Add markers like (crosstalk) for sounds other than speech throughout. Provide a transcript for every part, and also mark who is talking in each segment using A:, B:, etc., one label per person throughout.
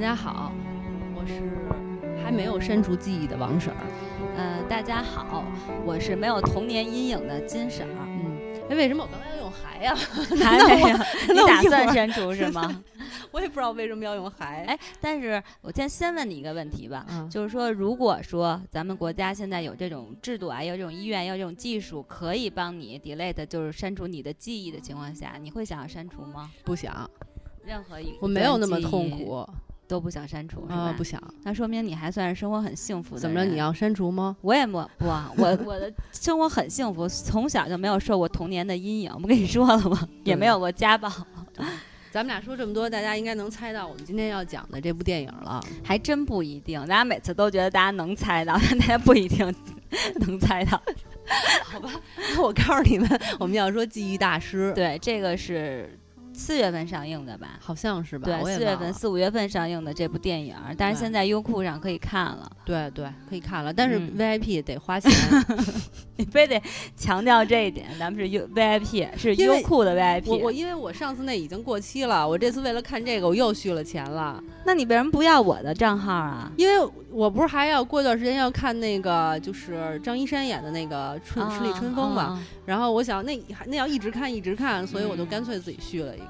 A: 家好，我是还没有删除记忆的王婶儿。
B: 呃，大家好，我是没有童年阴影的金
A: (laughs)
B: 婶儿。
A: 嗯，哎，为什么我刚才要用还呀、
B: 还
A: 那
B: 没
A: 我
B: 有， (laughs) 你
A: 那我
B: 打
A: 一会
B: 算
A: 儿
B: 删除是吗？
A: (laughs) 我也不知道为什么要用还。
B: 哎，但是我先先问你一个问题吧，
A: 嗯
B: 就是说，如果说咱们国家现在有这种制度啊，有这种医院，有这种技术，可以帮你 delete，就是删除你的记忆的情况下，你会想要删除吗？
A: 不想，
B: 任何一
A: 我没有那么痛，
B: 一段记忆
A: 苦
B: 都不想删除是吧？
A: 啊，不想。
B: 那说明你还算是生活很幸福的。
A: 怎么着？你？要删除吗？
B: 我也没不啊，
A: (laughs)
B: 我我的生活很幸福，从小就没有受过童年的阴影。我不跟你说了吗？也没有过家暴，
A: 咱们俩说这么多，大家应该能猜到我们今天要讲的这部电影了。
B: 还真不一定。大家每次都觉得大家能猜到， (laughs) 但大家不一定能猜
A: (laughs)
B: 到。
A: (laughs) 我告诉你们，我们要说记忆大师，
B: 对，这个是四月份上映的吧？
A: 好像是吧？
B: 对，
A: 我也
B: 四月
A: 忘了
B: 份、四五月份上映的这部电影，但是
A: 对
B: 现在优酷上可以看了。 (laughs)
A: 对对，可以看了，但是
B: 嗯
A: VIP 得 (laughs) 花钱，
B: 你非得强调这一点，咱们是 U VIP，是
A: 因为
B: 优酷的 VIP。
A: 我我因为我上次那已经过期了，我这次为了看这个我又续了钱了，
B: 那你为什么不要我的账号啊？
A: 因为我不是还要过段时间要看那个就是张一山演的那个《春十里春风》嘛，
B: 啊？啊啊
A: 然后我想那啊那要一直看一直看，所以我就干脆自己续了一个。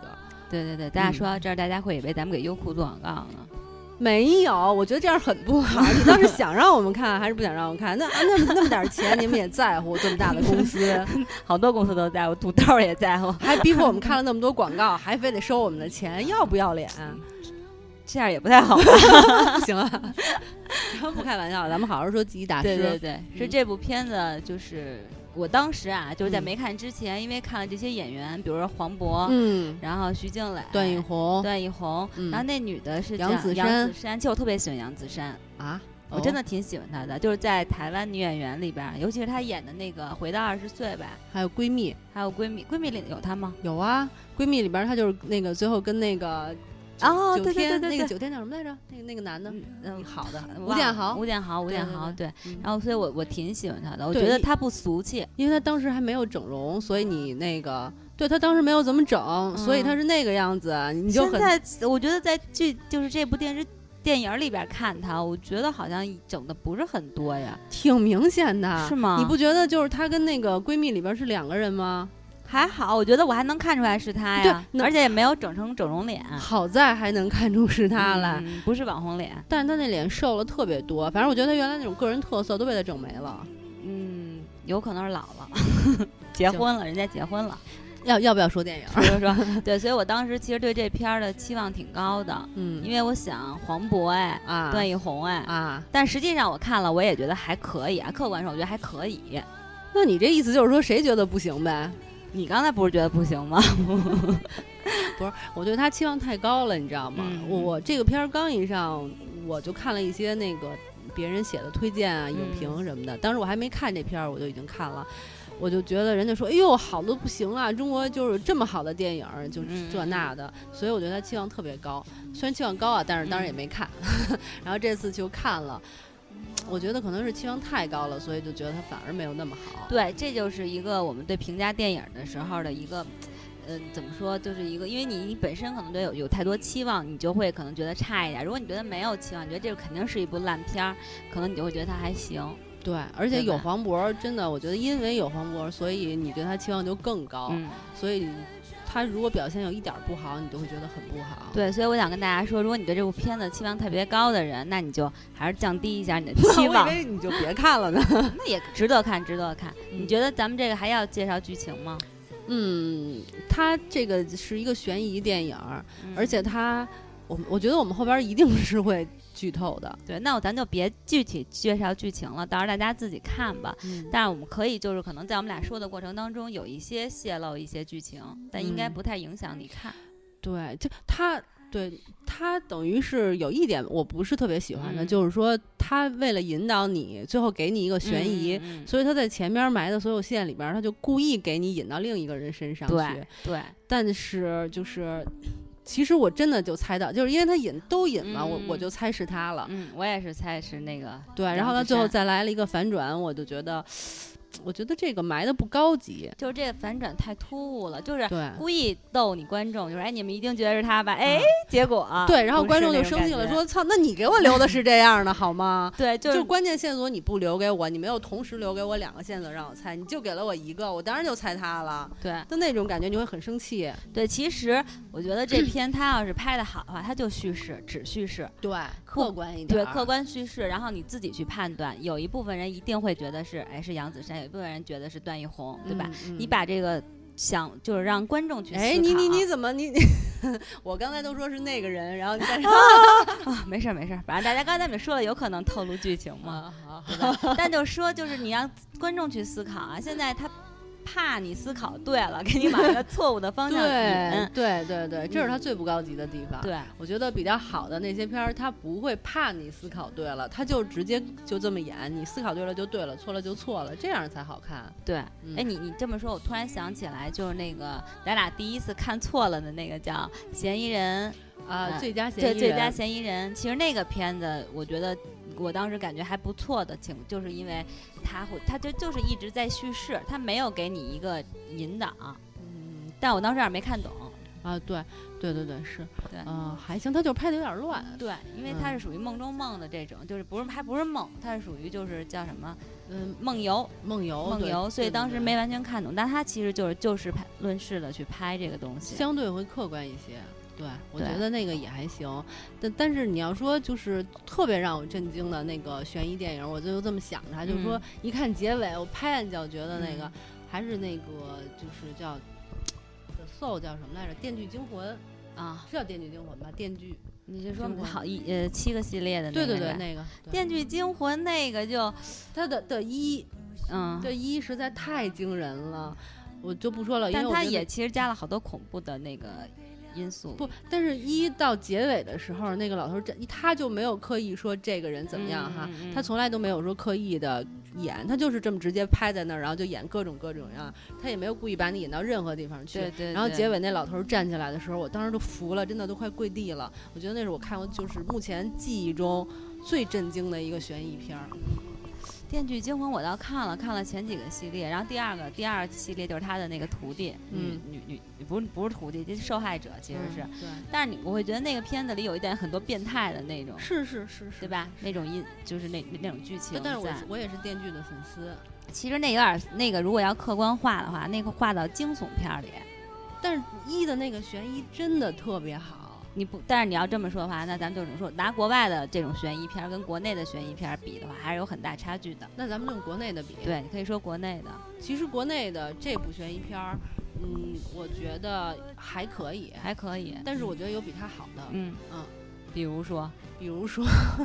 B: 对对对，大家
A: 嗯
B: 说到这儿，大家会以为咱们给优酷做广告呢。
A: 没有，我觉得这样很不好。你倒是想让我们看，还是不想让我们看？ (laughs) 那那么那么点儿钱，你们也在乎？这么大的公 (laughs) 司，
B: 好多公司都在乎，土豆儿也在乎，
A: 还逼迫我们看了那么多广告，还非得收我们的钱，要不要脸？
B: (laughs) 这样也不太好吧。
A: 行啊， (laughs) 不开玩笑，咱们好好说记忆大师。
B: (laughs) 对对对，是
A: 嗯
B: 这部片子，就是我当时啊，就是在
A: 嗯
B: 没看之前，因为看了这些演员，比如说黄渤，
A: 嗯，
B: 然后徐静蕾、
A: 段奕、宏
B: 段奕宏，
A: 嗯
B: 然后那女的是叫
A: 杨子
B: 杨
A: 姗
B: 子哦姗，其实我特别喜欢杨子姗，
A: 啊，
B: 我真的挺喜欢她的，就是在台湾女演员里边儿，尤其是她演的那个《回到二十岁》吧，
A: 哦还有闺蜜
B: 还有闺蜜，闺蜜里有她吗？
A: 有啊，闺蜜里边她就是那个最后跟那个
B: 哦，
A: 九
B: 对对对
A: 天
B: 对
A: 那
B: 对
A: 个，九天叫什么来着？那个那个男的，
B: 嗯，
A: 好的，
B: 我
A: 吴
B: 忘
A: 建
B: 了
A: 豪，
B: 吴建豪，吴
A: 对
B: 建
A: 对
B: 豪，对。
A: 嗯
B: 然后，所以我我挺喜欢他的，我
A: 对
B: 觉得
A: 一
B: 他不俗气，
A: 因为他当时还没有整容，所以你那个对他当时没有怎么整，所以他是那个样子，你就
B: 嗯现
A: 很
B: 在我觉得在剧就是这部电视电影里边看他，我觉得好像整的不是很多呀，
A: 挺明显的，
B: 是吗
A: 啊你不觉得就是她跟那个闺蜜里边是两个人吗？
B: 还好，我觉得我还能看出来是他呀，
A: 对能
B: 而且也没有整成整容脸，
A: 好在还能看出是她来，
B: 嗯不是网红脸，
A: 但是她那脸瘦了特别多，反正我觉得她原来那种个人特色都被她整没了。
B: 嗯，有可能是老
A: (laughs)
B: 了，结婚了，人家结婚了，
A: 要要不要说电影？
B: 所以
A: (laughs)
B: 说对，所以我当时其实对这片儿的期望挺高的，因
A: 嗯
B: 为我想黄渤哎，
A: 啊
B: 段奕宏哎，
A: 啊，
B: 但实际上我看了，我也觉得还可以啊，客观上我觉得还可以。
A: 那你这意思就是说谁觉得不行呗？
B: 你刚才不是觉得不行吗？ (laughs)
A: 我对她期望太高了，你知道吗？
B: 嗯
A: 我我这个片儿刚一上，我就看了一些那个别人写的推荐啊、影
B: 嗯
A: 评什么的。当时我还没看这片儿，我就已经看了。我就觉得人家说，哎呦，好的不行了，中国就是这么好的电影，就
B: 嗯
A: 这那的，所以我对他期望特别高。虽然期望高啊，但是当时
B: 嗯
A: 也没看， (laughs) 然后这次就看了，我觉得可能是期望太高了，所以就觉得他反而没有那么好。
B: 对，这就是一个我们对评价电影的时候的一个，呃，怎么说，就是一个，因为你你本身可能对有有太多期望，你就会可能觉得差一点。如果你觉得没有期望，你觉得这个肯定是一部烂片儿，可能你就会觉得它还行。哦
A: 对，而且
B: 对吧
A: 有黄渤，真的，我觉得因为有黄渤，所以你对他期望就更高。
B: 嗯，
A: 所以他如果表现有一点儿不好，你就会觉得很不好。， (laughs)
B: 对，所以我想跟大家说，如果你对这部片子期望特别高的人，那你就还是降低一下你的期望，
A: 为你就别看了呢。 (laughs)
B: 那也值得看，值得看。
A: 嗯
B: 你觉得咱们这个还要介绍剧情吗？
A: 嗯，他这个是一个悬疑电影儿，
B: 嗯
A: 而且他，我我觉得我们后边儿一定 (laughs) 是会剧透的。
B: 对，那我咱就别具体介绍剧情了，到时候大家自己看吧。
A: 嗯，
B: 但是我们可以就是可能在我们俩说的过程当中有一些泄露一些剧情，但应该
A: 嗯
B: 不太影响你看。嗯
A: 对，就他。对他等于是有一点我不是特别喜欢的，
B: 嗯
A: 就是说他为了引导你，最后给你一个悬疑，
B: 嗯嗯嗯
A: 所以他在前面埋的所有线里边儿，他就故意给你引到另一个人身上去。
B: 对对，
A: 但是就是，其实我真的就猜到，就是因为他引都引了，我我
B: 嗯
A: 就猜是他了。
B: 嗯，我也是猜是那个
A: 对，然
B: 杨
A: 后他
B: 子
A: 最后
B: 姗
A: 再来了一个反转，我就觉得我觉得这个埋的不高级，
B: 就是这个反转太突兀了，就是
A: 对。
B: 故意逗你观众，就是哎，你们一定觉得是他吧？哎，
A: 嗯
B: 结果
A: 对，然后
B: 不
A: 观
B: 是
A: 众
B: 那
A: 就
B: 种
A: 生
B: 感
A: 气了，
B: 觉
A: 说：“操，那你给我留的是这样的好吗？
B: 对， (laughs) 就
A: 就是是关键线索你不留给我，你没有同时留给我两个线索让我猜，你就给了我一个，我当然就猜他了。
B: 对
A: 就那种感觉你会很生气。
B: 对。其实我觉得这片他要是拍的好的话，他就叙事，只叙事，
A: 对，客观一点，
B: 对，客。观叙事，然后你自己去判断。有一部分人一定会觉得是哎是杨子姗，有一部分人觉得是段奕宏，对吧？？你把这个想就是让观众去思考。
A: 嗯哎，你你你怎么你？ (laughs) 我刚才都说是那个人，然后你 (laughs) 再说
B: 啊，没事儿没事儿，反正大家刚才你们说了，有可能透露剧情嘛。
A: 啊， (laughs) 好
B: 对吧？ (laughs) 但就说就是你让观众去思考啊，现在他怕你思考对了，给你往一个错误的方向
A: 对
B: 引。嗯
A: 对对对，这是他最不高级的地方。
B: 对
A: 我觉得比较好的那些片儿，他不会怕你思考对了，他就直接就这么演，你思考对了就对了，错了就错了，这样才好看。
B: 对，
A: 嗯
B: 哎，你你这么说，我突然想起来，就是那个咱俩第一次看错了的那个叫《嫌疑人》，
A: 啊，
B: 嗯
A: 最佳嫌
B: 对，
A: 疑
B: 最佳
A: 人，
B: 嫌疑人。其实那个片子，我觉得我当时感觉还不错的情，就是因为他会，他就就是一直在叙事，他没有给你一个引导，
A: 嗯
B: 但我当时有点没看懂。
A: 啊，对对对对是，
B: 对
A: 嗯，还行，他就拍的有点乱。
B: 对，因为
A: 嗯
B: 它是属于梦中梦的这种，就是不是还不是梦，它是属于就是叫什么
A: 嗯，
B: 梦游
A: 梦游，
B: 梦
A: 哦对
B: 游，所以
A: 对对
B: 当时
A: 对
B: 没完全看懂，但它其实就是就事论事的去拍这个东西。
A: 相对会客观一些。对，我
B: 对
A: 觉得那个也还行，但但是你要说就是特别让我震惊的那个悬疑电影，我就这么想着，就是说
B: 嗯
A: 一看结尾，我拍案叫绝的那个，
B: 嗯
A: 还是那个就是叫 The Soul 叫什么来着，《电锯惊魂》
B: 啊，
A: 是叫《电锯惊魂》吧？电锯，
B: 你是说
A: 中国
B: 好一呃七个系列的那
A: 对
B: 个
A: 对对，
B: 吧
A: 那个
B: 《
A: 对
B: 电锯惊魂》那个就
A: 它的的一
B: 嗯，
A: 这一实在太惊人了，我就不说了，因为
B: 但
A: 我
B: 它
A: 觉得
B: 也其实加了好多恐怖的那个因素。
A: 不，但是一到结尾的时候，那个老头儿这他就没有刻意说这个人怎么样哈，
B: 嗯嗯嗯
A: 他从来都没有说刻意的演，他就是这么直接拍在那儿，然后就演各种各种样，他也没有故意把你引到任何地方去。
B: 对对，
A: 然后
B: 对
A: 结尾那老头儿站起来的时候，我当时都服了，真的都快跪地了。我觉得那是我看过就是目前记忆中最震惊的一个悬疑片儿。
B: 《电锯惊魂》我倒看了，看了前几个系列，然后第二个第二系列就是他的那个徒弟，
A: 嗯
B: 女女女不是不是徒弟，就是受害者其实是，
A: 嗯
B: 但是你我会觉得那个片子里有一点很多变态的那种
A: 对，，是是是是
B: 对？吧？那种音就是那那那种剧情
A: 呃但但是我
B: 在
A: 是我也是电锯的粉丝，
B: 其实那有点那个，如果要客观化的话，那个画到惊悚片儿里，
A: 但是一的那个悬疑真的特别好。
B: 你不，但是你要这么说的话，那咱们就只能说拿国外的这种悬疑片儿跟国内的悬疑片儿比的话，还是有很大差距的。
A: 那咱们用国内的比，
B: 对，你可以说国内的
A: 其实国内的这部悬疑片儿，嗯，我觉得还可以，
B: 还可以，
A: 但是我觉得有比它好的，
B: 嗯
A: 嗯
B: 嗯，比如说。
A: 比如说， (laughs)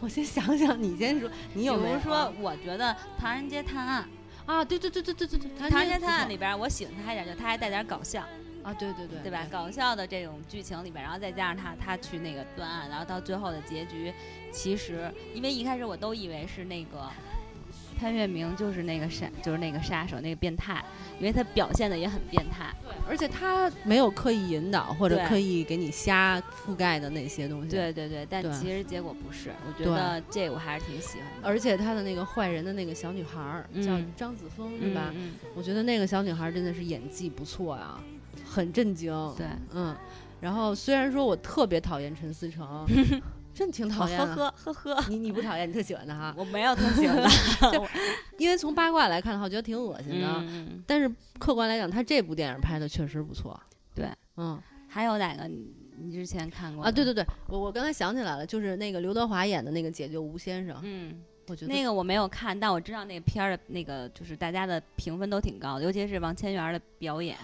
A: 我先想想，你先说，你有
B: 比
A: 没有
B: 如
A: 啊？
B: 说，我觉得《唐人街探案
A: 啊，对对对对对对对，》
B: 《唐人街探案》里边儿，我喜欢他一点，就他还带点搞笑，
A: 啊，对对对，
B: 对吧？？搞笑的这种剧情里边儿，然后再加上他他去那个断案，然后到最后的结局，其实因为一开始我都以为是那个潘粤明就是那个杀就是那个杀手那个变态，因为他表现的也很变态。
A: 而且他没有刻意引导或者
B: 对
A: 刻意给你瞎覆盖的那些东西，，
B: 对对对，但
A: 对
B: 其实结果不是，我觉
A: 对
B: 得这我还是挺喜欢的。
A: 而且他的那个坏人的那个小女孩儿叫
B: 嗯
A: 张子枫，对
B: 嗯
A: 吧？
B: 嗯，
A: 我觉得那个小女孩儿真的是演技不错啊，很震惊，
B: 对，
A: 嗯，然后虽然说我特别讨厌陈思
B: (laughs)
A: 诚，真挺讨厌、
B: 呵
A: 啊。
B: 呵呵呵，
A: 你你不讨厌，你特喜欢他哈，
B: (laughs) 我没有特喜
A: (laughs)
B: 欢的。
A: 因为从八卦来看的话，我觉得挺恶心的。
B: 嗯，嗯
A: 但是客观来讲，他这部电影拍的确实不错。
B: 对，
A: 嗯
B: 还有哪个你你之前看过
A: 啊，对
B: 的
A: 对对，我我刚才想起来了，就是那个刘德华演的那个《解救吴先生》，
B: 嗯，
A: 我觉得
B: 那个我没有看，但我知道那个片儿的那个就是大家的评分都挺高的，尤其是王千源的表演。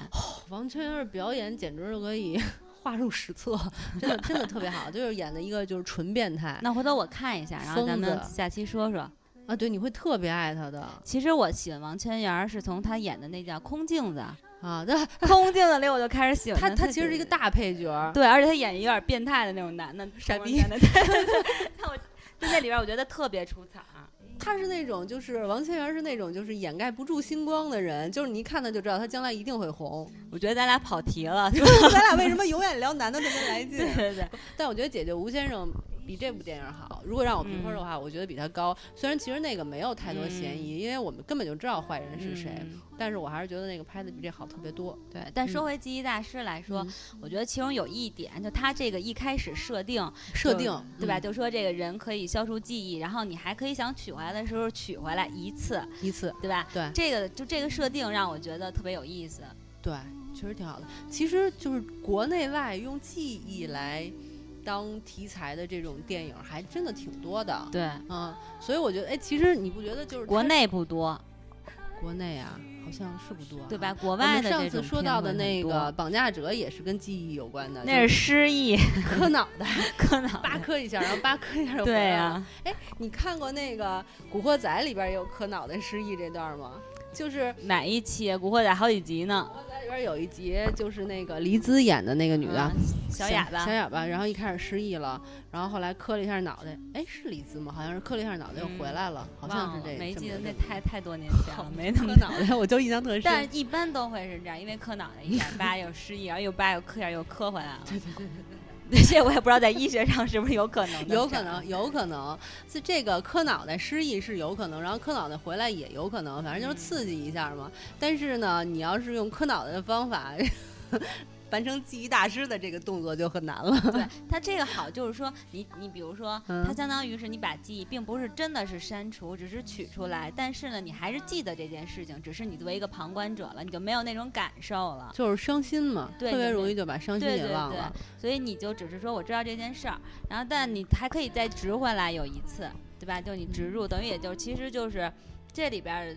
A: 王千源的表演简直就可以 (laughs) 画入史册，真的真的特别好，就是演的一个就是纯变态
B: 那回头我看一下，然后咱
A: 疯
B: 们
A: 子
B: 下期说说。
A: 啊，对，你会特别爱他的
B: 其实我喜欢王千源是从他演的那叫《空镜子》
A: 啊。但
B: 《空镜子》里我就开始喜欢
A: 他
B: 他
A: 他其实是一个。大配角儿，
B: 对，而且他演一个有点变态的那种男的，
A: 傻
B: 中
A: 逼
B: 年男的。对对对但我在 (laughs) 那里边，我觉得特别出彩儿。啊
A: 他是那种，就是王千源是那种，就是掩盖不住星光的人，就是你一看他就知道他将来一定会
B: (laughs)
A: 红。 (laughs)
B: 我觉得咱俩跑题了。
A: 咱俩为什么永远聊男的特别来劲
B: (laughs) 对对对，
A: 但我觉得解救吴先生比这部电影好。如果让我评
B: 嗯
A: 分的话，我觉得比它高。虽然其实那个没有太多嫌疑，因为我们根本就知道坏人是谁，
B: 嗯
A: 但是我还是觉得那个拍的比这好特别多。
B: 对，但说
A: 嗯
B: 回记忆大师来说，
A: 嗯
B: 我觉得其中有一点，就他这个一开始设定，
A: 设定
B: 对吧？
A: 嗯
B: 就说这个人可以消除记忆，然后你还可以想取回来的时候取回来一次，
A: 依次
B: 对吧？
A: 对
B: 这个就这个设定让我觉得特别有意思。
A: 对，确实挺好的。其实就是国内外用记忆来当题材的这种电影，还真的挺多的。
B: 对，
A: 嗯，所以我觉得，哎，其实你不觉得就是
B: 国
A: 它
B: 内不多，
A: 国内啊，好像是不多、
B: 对吧？？
A: 国
B: 国外的
A: 上
B: 这
A: 次
B: 种
A: 说
B: 片
A: 到
B: 会
A: 的
B: 很
A: 那
B: 多
A: 个绑架者也是跟记忆有关的，
B: 那
A: 是
B: 是失忆， (laughs)
A: 磕脑袋， (laughs)
B: 可能
A: 叭磕一下，然后叭磕一下就回
B: 对啊
A: 来
B: 呀、
A: 了。你看过那个《古惑仔》里边也有磕脑袋失忆这段吗？就是
B: 哪一期啊《古惑仔》好几集呢
A: 《古？惑仔》里边有一集，就是那个黎姿演的那个女的，
B: 嗯小哑巴
A: 小，哑巴，然后一开始失忆了，然后后来磕了一下脑袋，哎，是李子吗？好像是磕了一下脑袋又回来了，好像
B: 忘
A: 是
B: 了
A: 这，
B: 没
A: 这么
B: 记得，
A: 个
B: 那
A: 事
B: 太太多年前了，没那么
A: 磕脑袋，我就印象特深。
B: (laughs) 但一般都会是这样，因为磕脑袋一 (laughs) 下，叭又失忆，然后又叭又磕一下，又磕回来了。对对对对 (laughs) 这我也不知道在医学上是不是 (laughs) 有可能的，啊
A: 有可能，。有可能，是这个磕脑袋失忆是有可能，然后磕脑袋回来也有可能，反正就是
B: 嗯
A: 刺激一下嘛。但是呢，你要是用磕脑袋的方法 (laughs) 完成记忆大师的这个动作就很难了。 (laughs)
B: (laughs) 对它这个好就是说，你你比如说，
A: 嗯
B: 它相当于是你把记忆并不是真的是删除，只是取出来，但是呢，你还是记得这件事情，只是你作为一个旁观者了，你就没有那种感受了。
A: 就是伤心嘛，
B: 对
A: 特别
B: 你
A: 容
B: 没
A: 易就把伤心
B: 对对
A: 给
B: 对
A: 忘了。，
B: 所以你就只是说我知道这件事儿，然后但你还可以再植回来有一次，对吧？就你植入，等于也就其实就是这里边儿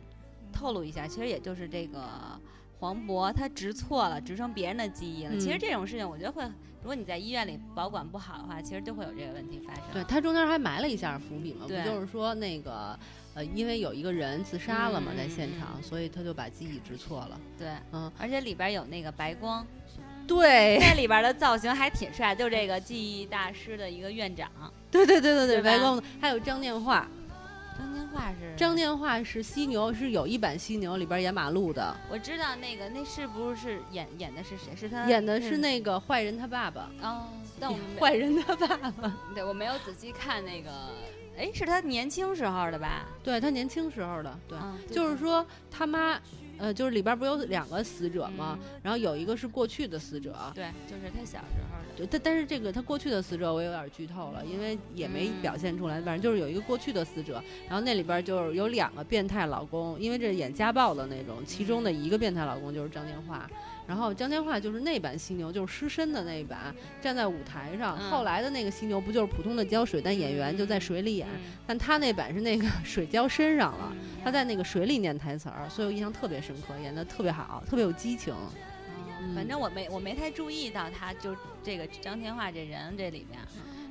B: 透露一下，其实也就是这个黄渤他植错了，植成别人的记忆了。其实
A: 嗯
B: 这种事情，我觉得会，如果你在医院里保管不好的话，其实就会有这个问题发生。
A: 对，他中间还埋了一下伏笔嘛，不
B: 对
A: 就是说那个呃，因为有一个人自杀了嘛，在现
B: 嗯嗯
A: 场，
B: 嗯
A: 所以他就把记忆植错了。
B: 对
A: 嗯
B: 而且里边儿有那个白光，
A: 对， (laughs)
B: 那里边儿的造型还挺帅，就这个记忆大师的一个院长
A: 对对对对
B: 对吧
A: 白光还有张念华，
B: 张金华是
A: 张念华是犀牛，是有一版犀牛里边演马路的，
B: 我知道那个，那是不是演演的是谁？是他
A: 演的是那个坏人他爸爸，
B: 哦，
A: (laughs)
B: 但我没
A: 坏人他爸爸，
B: 对我没有仔细看那个，哎，是他年轻时候的吧？
A: 对他年轻时候的，对，
B: 嗯，
A: 就是说他妈。呃，就是里边不有两个死者吗？
B: 嗯
A: 然后有一个是过去的死者，
B: 对，就是他小时候的。
A: 对，但但是这个他过去的死者我有点剧透了，因为也没
B: 嗯
A: 表现出来，反正就是有一个过去的死者，然后那里边就是有两个变态老公，因为这是演家暴的那种，其中的一个变态老公就是张天化，然后张天化就是那版犀牛，就是失身的那一版，站在舞台上，
B: 嗯
A: 后来的那个犀牛不就是普通的浇水，但演员就在水里演，
B: 嗯
A: 但他那版是那个 (laughs) 水浇身上了。他在那个水里念台词儿，所以我印象特别深刻，演的特别好，特别有激情。
B: 嗯，反正我没我没太注意到他，就这个张天化这人这里面，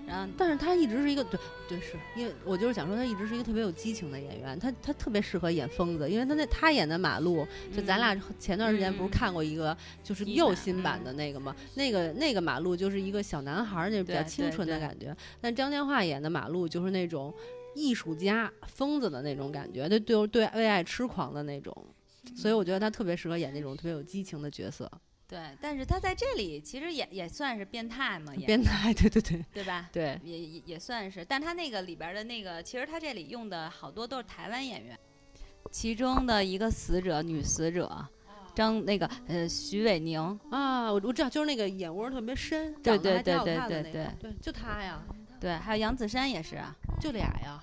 B: 然后
A: 但是他一直是一个对对是因为我就是想说他一直是一个特别有激情的演员，他他特别适合演疯子，因为他那他演的马路，就咱俩前段时间不是
B: 嗯
A: 看过一个就是
B: 新
A: 又
B: 版
A: 新版
B: 嗯
A: 的那个嘛，那个那个马路就是一个小男孩儿那种比较
B: 对
A: 清
B: 对
A: 纯的
B: 对
A: 感觉，但张天化演的马路就是那种艺术家疯子的那种感觉，对对对为爱痴狂的那种，所以
B: 嗯
A: 我觉得他特别适合演那种特别有激情的角色，
B: 啊
A: (laughs)
B: 对，但是他在这里其实也也算是变态嘛，也
A: 变态，对对对
B: 对吧？
A: 对，
B: 也也也算是，但他那个里边儿的那个，其实他这里用的好多都是台湾演员，其中的一个死者女死
A: 哦
B: 者张那个呃徐伟宁，
A: 啊，我我知道，就是那个眼窝儿特别深，
B: 对
A: 长得
B: 对
A: 还挺
B: 对
A: 好
B: 对
A: 看的
B: 对
A: 那个对，就他呀，
B: 对，还有杨子姗也是啊，
A: 就俩呀。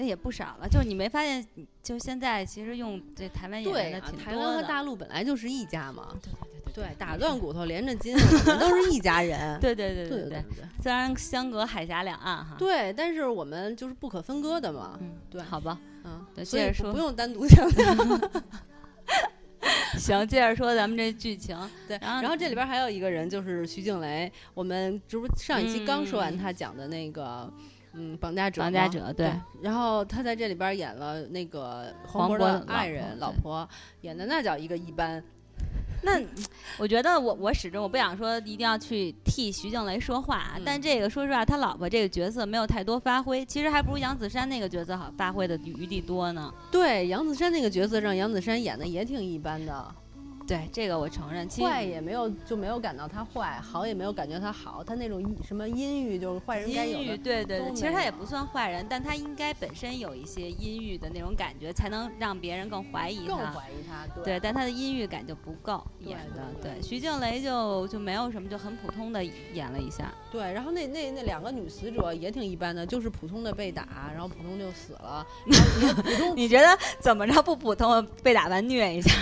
B: 那也不少了。就是你没发现，就是现在其实用这台湾演
A: 对
B: 员的
A: 呀、
B: 哎挺
A: 台
B: 多
A: 湾和
B: 的。
A: 大陆本来就是一家嘛，
B: 对对对
A: 对，打断骨头连着
B: (laughs)
A: 筋，啊我们都是一家人。
B: 对对对
A: 对
B: 对
A: 对
B: 对
A: 对
B: 对，虽然相隔海峡两岸哈。
A: 对，但是我们就是不可分割的嘛。
B: 嗯，
A: 对
B: 好吧，
A: 嗯，
B: 对
A: 所
B: 接
A: 以
B: 着
A: 不
B: 说
A: 不用单独讲。
B: 行，接着说咱们这剧情。
A: 对，
B: 然后
A: 然后这里边还有一个人就是徐静蕾，我们这不上一期刚说完
B: 嗯
A: 他讲的那个。嗯，绑架者，
B: 绑架，者，对，
A: 然后他在这里边演了那个黄
B: 黄
A: 渤
B: 渤
A: 的
B: 的
A: 爱
B: 老
A: 人
B: 婆
A: 老
B: 对
A: 婆，演的那叫一个一般。
B: 那我觉得我我始终我不想说一定要去替徐静蕾说话啊，
A: 嗯
B: 但这个说实话，他老婆这个角色没有太多发挥，其实还不如杨子姗那个角色好发挥的余地多呢。
A: 对，杨子姗那个角色让杨子姗演的也挺一般的，
B: 对这个我承认，其实
A: 坏也没有就没有感到它坏，好也没有感觉它好，它那种阴什么阴郁就是坏人该有
B: 阴郁，
A: 的。
B: 对对
A: 都
B: 对，
A: 没
B: 其实他也
A: 有
B: 不算坏人，但他应该本身有一些阴郁的那种感觉，才能让别人更怀疑
A: 更
B: 他。
A: 怀疑他，
B: 对，
A: 对
B: 但他的阴郁感就不够
A: 对
B: 演的。
A: 对对
B: 徐静蕾就就没有什么，就很普通的演了一下。
A: 对然后那那那两个女死者也挺一般的，就是普通的被打，然后普通就死了，然后也普通
B: 你觉得怎么着不普通？被打完虐一下？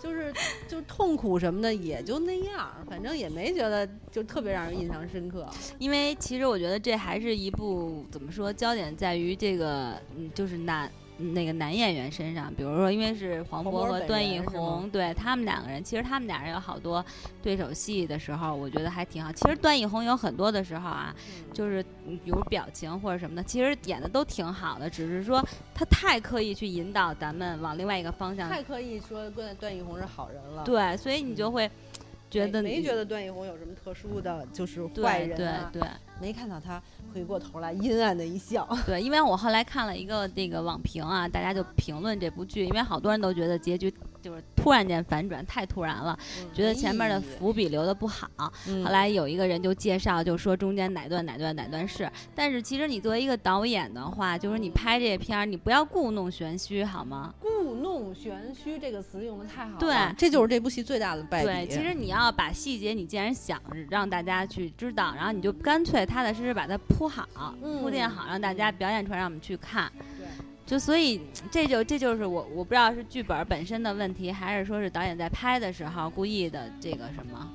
A: 就是就是痛苦什么的也就那样，反正也没觉得就特别让人印象深刻。
B: 因为其实我觉得这还是一部怎么说，焦点在于这个，嗯，就是男那个男演员身上，比如说，因为是黄
A: 黄
B: 渤
A: 渤
B: 和
A: 本
B: 段
A: 人
B: 奕
A: 是
B: 宏，对他们两个人，其实他们俩人有好多对手戏的时候，我觉得还挺好。其实段奕宏有很多的时候啊，就是嗯比如表情或者什么的，其实演的都挺好的，只是说他太刻意去引导咱们往另外一个方向，
A: 太刻意说段段奕宏是好人了，
B: 对，所以你就会觉
A: 没
B: 得
A: 没
B: 你
A: 觉得段奕宏有什么特殊的，就是
B: 对
A: 坏人啊，
B: 对对
A: 没看到他回过头来阴暗的一笑。
B: 对，因为我后来看了一个那个网评啊，大家就评论这部剧，因为好多人都觉得结局就是突然间反转太突然了， (laughs) 觉得前面
A: 哎
B: 的嗯伏笔留的不好。后
A: 后
B: 来有一个人就介绍，就说中间哪段哪段哪段是，但是其实你作为一个导演的话，就是你拍这片儿，你不要故弄玄虚，好吗？
A: 故弄玄虚这个词用的太好了，
B: 对
A: 这就是这部戏最大的败笔。
B: 对，其实你
A: 嗯
B: 要把细节，你既然想让大家去知道，然后你就干脆踏踏实实把它铺好、铺垫
A: 嗯
B: 好，让大家表演出来，让我们去看。
A: 对
B: 就所以这就这就是我我不知道是剧本本身的问题，还是说是导演在拍的时候故意的这个什么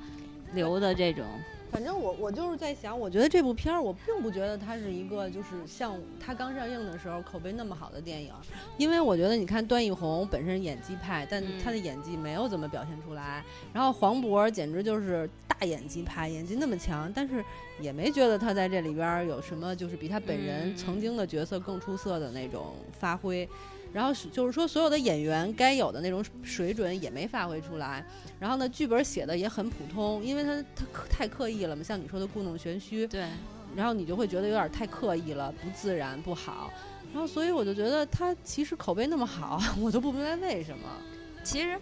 B: 留的这种，
A: 反正我我就是在想，我觉得这部片儿，我并不觉得它是一个就是像它刚上映的时候口碑那么好的电影，因为我觉得你看段奕宏本身演技派，但
B: 嗯
A: 他的演技没有怎么表现出来，然后黄渤简直就是大演技派，演技那么强，但是也没觉得他在这里边儿有什么就是比他本
B: 嗯嗯
A: 人曾经的角色更出色的那种发挥。然后是就是说，所有的演员该有的那种水准也没发挥出来。然后呢，剧本写的也很普通，因为他他刻太刻意了嘛，像你说的故弄玄虚，
B: 对，
A: 然后你就会觉得有点太刻意了，不自然，不好。然后所以我就觉得他其实口碑那么好， (laughs) 我都不明白为什么。
B: 其实。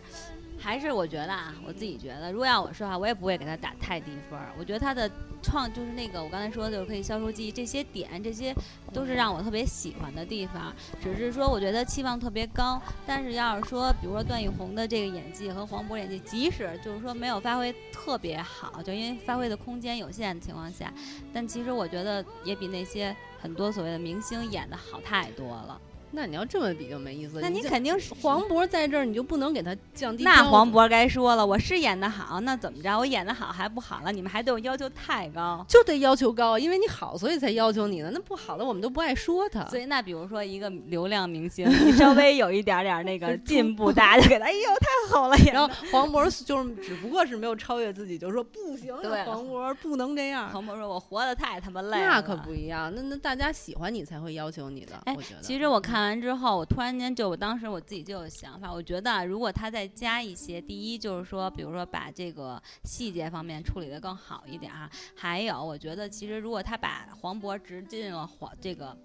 B: 还是我觉得啊，我自己觉得，如果要我说的话，我也不会给他打太低分儿。我觉得他的创就是那个我刚才说的，就是可以消除记忆这些点，这些都是让我特别喜欢的地方。只是说我觉得期望特别高，但是要是说，比如说段奕宏的这个演技和黄渤演技，即使就是说没有发挥特别好，就因为发挥的空间有限的情况下，但其实我觉得也比那些很多所谓的明星演的好太多了。
A: 那你要这么比就没意思。
B: 那你
A: 这
B: 肯定是
A: 黄。渤在这儿，你就不能给他降低标
B: 那
A: 准。
B: 黄渤该说了，我是演的好，那怎么着？我演的好还不好了？你们还对我要求太高。
A: 就得要求高，因为你好，所以才要求你呢。那不好的，我们都不爱说他。
B: 所以，那比如说一个流量明星， (laughs) 你稍微有一点点那 (laughs) 个进步，大家就给他，哎呦，太好了，演
A: 然
B: 的
A: 后黄渤就是只不过是没有超越自己，就说不行啊，
B: 对
A: 黄渤不能这样。
B: 黄渤说：“我活得太他妈累了。”啊
A: 那可不一样，那那大家喜欢你才会要求你的。
B: 哎
A: 我觉得，嗯
B: 其实我看完之后，我突然间就，我当时我自己就有想法，我觉得啊如果他再加一些，第一就是说，比如说把这个细节方面处理得更好一点啊，还有我觉得其实如果他把黄渤植进了黄这个。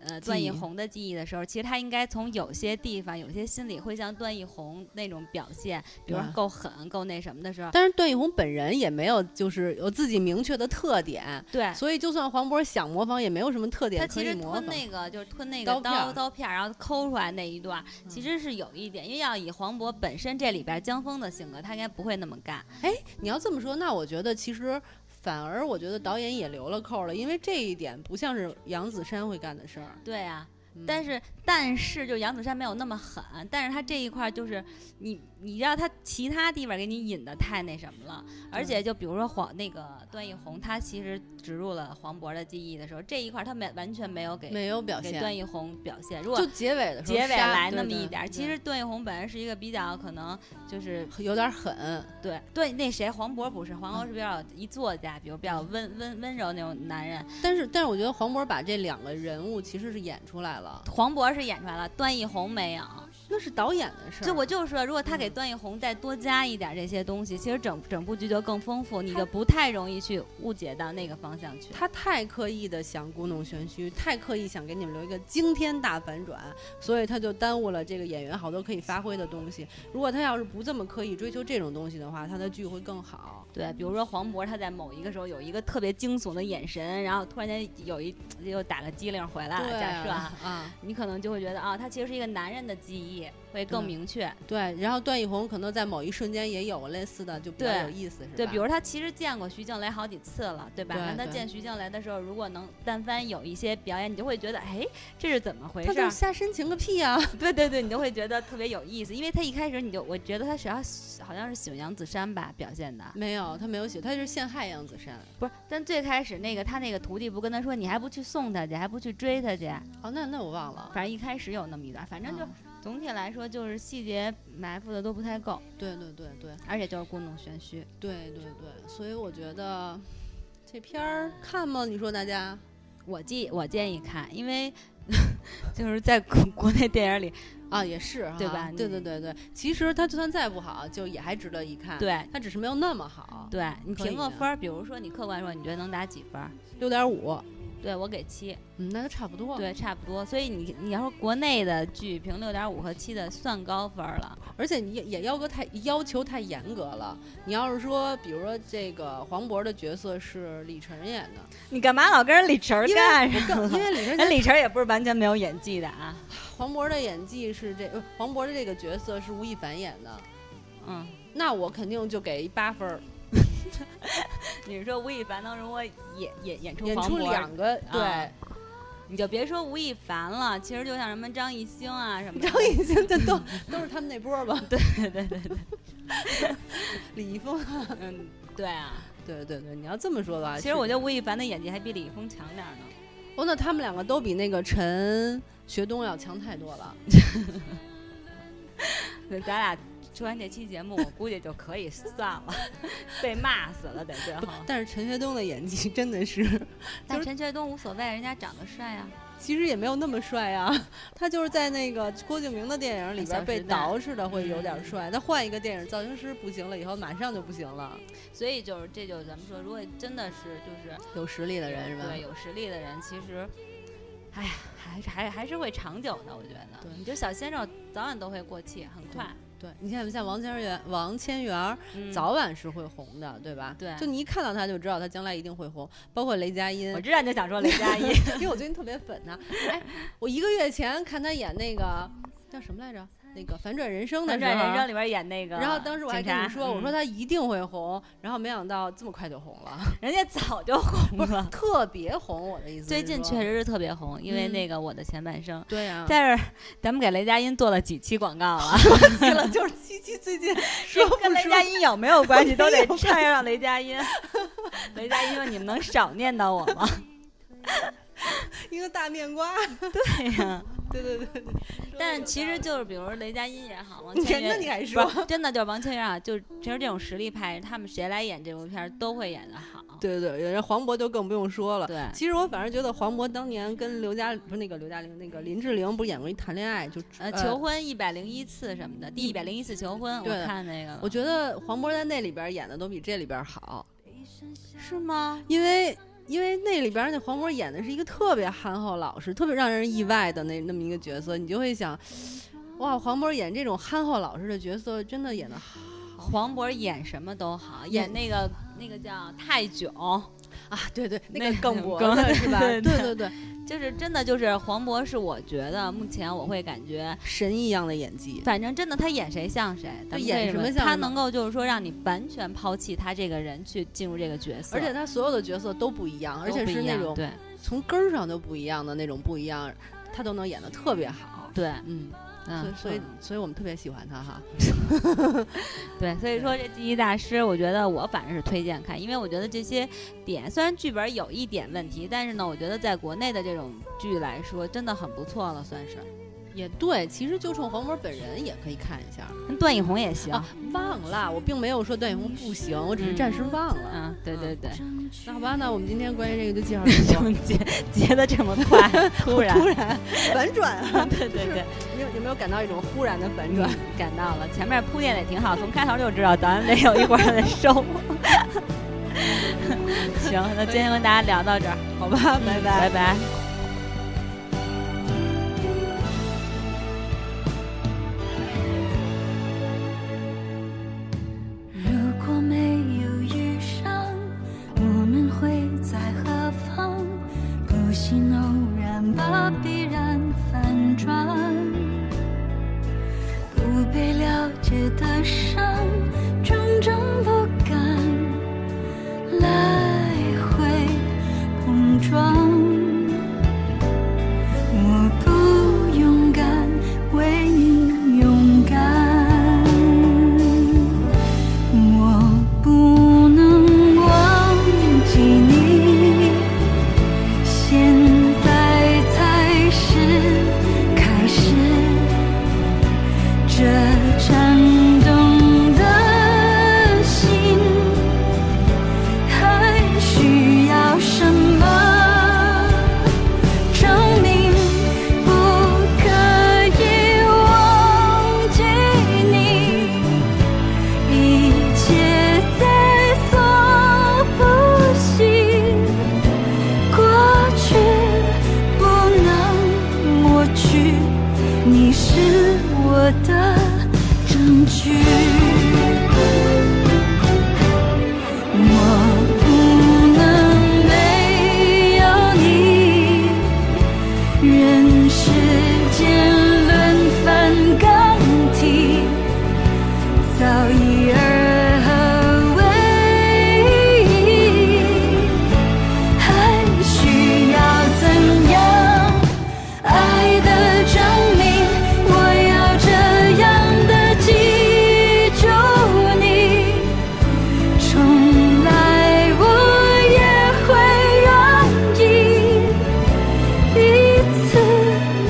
B: 呃，段
A: 记忆
B: 奕宏的记忆的时候，其实他应该从有些地方、有些心理会像段奕宏那种表现，比如说
A: 对啊
B: 够狠、够那什么的时候，
A: 但是段奕宏本人也没有就是有自己明确的特点，
B: 对，
A: 所以就算黄渤想模仿，也没有什么特
B: 哎他
A: 点可
B: 其实
A: 以模
B: 吞
A: 仿。
B: 那个就是吞那个
A: 刀片
B: 刀
A: 儿嗯
B: 刀片儿，然后抠出来那一段儿，其实是有一点，因为要以黄渤本身这里边儿江峰的性格，他应该不会那么干。
A: 你要这么说，那我觉得其实反而我觉得导演也留了扣了，因为这一点不像是杨子姗会干的事儿。
B: 对啊，
A: 嗯
B: 但是但是就杨子姗没有那么狠，但是他这一块儿就是你你让他其他地方给你引的太那什么了，而
A: 嗯
B: 且就比如说黄那个段奕宏，他其实植入了黄渤的记忆的时候，这一块儿他没完全没有给
A: 没有表
B: 给
A: 现，
B: 段奕宏表现，如果
A: 就结尾的时候
B: 结尾
A: 杀
B: 来
A: 对
B: 那么
A: 对
B: 一点儿，其
A: 对
B: 实段奕宏本人是一个比较可能就是
A: 有点狠，
B: 对对，那谁黄渤不是，黄渤是比较一作家，比如比较温温温柔那种男人。
A: 但是但是我觉得黄渤把这两个人物其实是演出来了。
B: 黄渤是演出来了，段奕宏没有。
A: 那是导演的事儿。
B: 就我就是说，如果他给
A: 嗯
B: 段奕宏再多加一点这些东西，其实整整部剧就更丰富，你
A: 他
B: 就不太容易去误解到那个方向去。
A: 他太刻意的想故弄玄虚，太刻意想给你们留一个惊天大反转，所以他就耽误了这个演员好多可以发挥的东西。如果他要是不这么刻意追求这种东西的话，他的剧会更好。
B: 对，比如说黄渤，他在某一个时候有一个特别惊悚的眼神，然后突然间有一又打个机灵回来了，
A: 对
B: 假设啊
A: 啊，啊，
B: 你可能就会觉得啊，他其实是一个男人的记忆会更
A: 对
B: 明确。
A: 对。然后段奕宏可能在某一瞬间也有类似的，就比较
B: 对
A: 有意思，是吧？
B: 对，比如他其实见过徐静蕾好几次了，对吧？
A: 对
B: 那他
A: 对
B: 见徐静蕾的时候，如果能但凡有一些表演，你就会觉得，哎，这是怎么回
A: 他
B: 事
A: 就
B: 儿
A: 是？瞎深情个屁啊！
B: 对对对，你就会觉得特别有意思，因为他一开始你就，我觉得他只要好像是喜欢杨子姗吧表现的，
A: (laughs) 没有，他没有写，他是陷害杨子姗。
B: 不是，但最开始那个他那个徒弟不跟他说，你还不去送他去，还不去追他去，
A: 哦，那那我忘了。
B: 反正一开始有那么一段，反正就、
A: 啊
B: 总体来说就是细节埋伏的都不太够，
A: 对对对对
B: 而且就是故弄玄虚。
A: 对对对，所以我觉得这片儿看吗？你说大家？
B: 我建我建议看，因为 (laughs) 就是在国国内电影里，
A: 啊，也是哈，
B: 对吧
A: 对
B: 你
A: 对对对，其实它就算再不好，就也还值得一看。，
B: 对
A: 它只是没有那么好，
B: 对，你
A: 可以
B: 评个
A: 啊
B: 分儿，比如说你客观说，你觉得能打几分儿？
A: 六点五，
B: 对我给七，
A: 嗯，那就差不多。，
B: 对，差不多。所以你你要说国内的剧评六点五和七的算高分儿了，
A: 而且你也也要个太要求太严格了。你要是说，比如说这个黄渤的角色是李晨演的，
B: 你干嘛老跟人李晨
A: 因为
B: (laughs) 干啊
A: 我更因为李晨
B: (laughs) 人李晨也不是完全没有演技的啊，
A: 黄渤的演技是这，呃黄渤的这个角色是吴亦凡演的，
B: 嗯，
A: 那我肯定就给八分儿，
B: (laughs) 你说吴亦凡能容我演演演出
A: 演
B: 黄
A: 出
B: 渤
A: 两个对。
B: 啊你就别说吴亦凡了，其实就像什么张艺兴啊什么的，
A: 张艺兴，这都都是他们那波儿吧？对对对对，李易峰，
B: 嗯，对 (laughs) 啊。
A: 对对对，你要这么说吧，
B: 其实我觉
A: 就
B: 得吴亦凡的演技还比李易峰强点儿呢。
A: 哦，那他们两个都比那个陈学冬要强太多了。
B: 那咱俩说完这期节目，我估计就可以算了， (laughs) 被骂死了得最后
A: 不。但是陈学冬的演技真的是，
B: 但陈学冬无所谓，人家长得帅啊。
A: 其实也没有那么帅啊。他就是在那个郭敬明的电影里
B: 小
A: 边被
B: 时代
A: 捯饬的会有点
B: 嗯
A: 帅，他换一个电影造型师不行了，以后马上就不行了。
B: 所以就是这就是咱们说，如果真的是就是
A: 有实力的人是吧
B: 对，？有实力的人，其实，哎呀，还是还还是会长久的。我觉得，
A: 对
B: 你这小鲜肉早晚都会过气，很快。
A: 对，你看像王千源、王千源儿，
B: 嗯
A: 早晚是会红的，对吧？
B: 对
A: 就你一看到他就知道他将来一定会红，包括雷佳音
B: 我，知道你就想说雷佳 (laughs) 音，
A: 因为我最近特别粉他。哎，我一个月前看他演那个叫什么来着？那个《反转人生》的
B: 反
A: 时
B: 转人生
A: 候。啊
B: 里边演那个警察。
A: 然后当时我还跟你说，我说
B: 嗯
A: 他一定会红，然后没想到这么快就红
B: (laughs)
A: 了，
B: 人家早就红了，
A: 特别红。我的意思是
B: (laughs) 最近
A: 说
B: 确实是特别红，因为
A: 嗯
B: 那个我的前半生。
A: 对
B: (laughs)
A: 啊，
B: 但是咱们给雷佳音做了几期广告啊？
A: 期了，就是七七最近说不
B: 跟雷
A: 说
B: 佳音有没有关系，
A: (laughs)
B: 都
A: 没
B: 得
A: 有
B: 唱上雷佳音。 (laughs) 雷佳音说：“你们能少念叨我吗 (laughs)
A: 一个大面瓜，？”
B: 哎呀，
A: 对对对对。
B: 但其实就是，比如说雷佳音也好，王
A: 你
B: 千
A: 那
B: 源
A: 你
B: 也
A: 还
B: 好，
A: 说
B: (laughs) 不，是真的就是王千源啊，就是其实这种实力派人，他们谁来演这部片儿都会演得好。
A: 对对对，人家黄渤就更不用说了。
B: 对，呃
A: 其实我反而觉得黄渤当年跟刘嘉不是那个刘嘉玲，那个林志玲不是演过一谈恋爱就
B: 呃，求婚一百零一次什么的，第一百零一次求婚，
A: 对
B: 我看那个了，
A: 我觉得黄渤在那里边演的都比这里边好，
B: 是吗？
A: 因为因为那里边那黄渤演的是一个特别憨厚老实、特别让人意外的那那么一个角色，你就会想，哇，黄渤演这种憨厚老实的角色真的演的好
B: 黄渤演什么都好，演
A: 演
B: 那个那个叫泰囧，
A: 啊！对对，
B: 那
A: 那个更脖
B: 梗
A: 子是吧？
B: 对
A: 对
B: 对
A: 对对，
B: 就是真的就是黄渤是我觉得目前我会感觉，
A: 神一样的演技，
B: 反正真的他演谁像谁，咱们
A: 演
B: 为
A: 什么像
B: 他
A: 什么
B: 能够就是说让你完全抛弃他这个人去进入这个角色，
A: 而且他所有的角色都不一样，而
B: 都
A: 且
B: 不
A: 是
B: 一
A: 那
B: 样
A: 种
B: 对
A: 从根儿上就不一样的那种不一样，他都能演的特别好。
B: 对，
A: 嗯，所以
B: 嗯，
A: 所以
B: 是
A: 所以我们特别喜欢他哈。
B: 对，所以说这记忆大师，我觉得我反正是推荐看，因为我觉得这些点虽然剧本有一点问题，但是呢，我觉得在国内的这种剧来说，真的很不错了，算是。
A: 也对，其实就冲黄渤本人也可以看一下
B: 段奕宏也行。
A: 啊。忘了，我并没有说段奕宏不行，我只是暂时忘了。
B: 嗯，对对对， (laughs)
A: 那好吧，那我们今天关于这个就介绍这么多。
B: 结结的这么快， (laughs) 突
A: (laughs)
B: 然，
A: 突然 (laughs) 反转啊！
B: 对对对，
A: (laughs) 你有有没有感到一种忽然的反
B: (laughs)
A: 转？
B: 感到了，前面铺垫的也挺好，从开头就知道导演得有一会儿得收。行，那今天跟大家聊到这儿，
A: 好吧，拜拜。
B: 拜拜。
C: 如果没有遇上，我们会在何方？不信偶然把必然反转。不被了解的伤，种种不甘，来回碰撞。我不勇敢，为你勇敢。我不能忘记你，现在才是开始，这颤动的心还需要什么证明？不可以忘记你。一切在所不惜，过去不能抹去，你是我的证据。我不能没有你，任世间轮番更替。早已而合为一，还需要怎样爱的证明？我要这样的记住你，重来我也会愿意。一次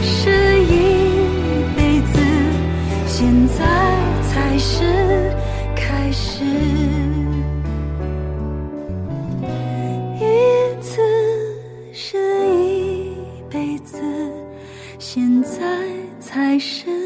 C: 是一辈子，现在才是开始。一次是一辈子，现在才是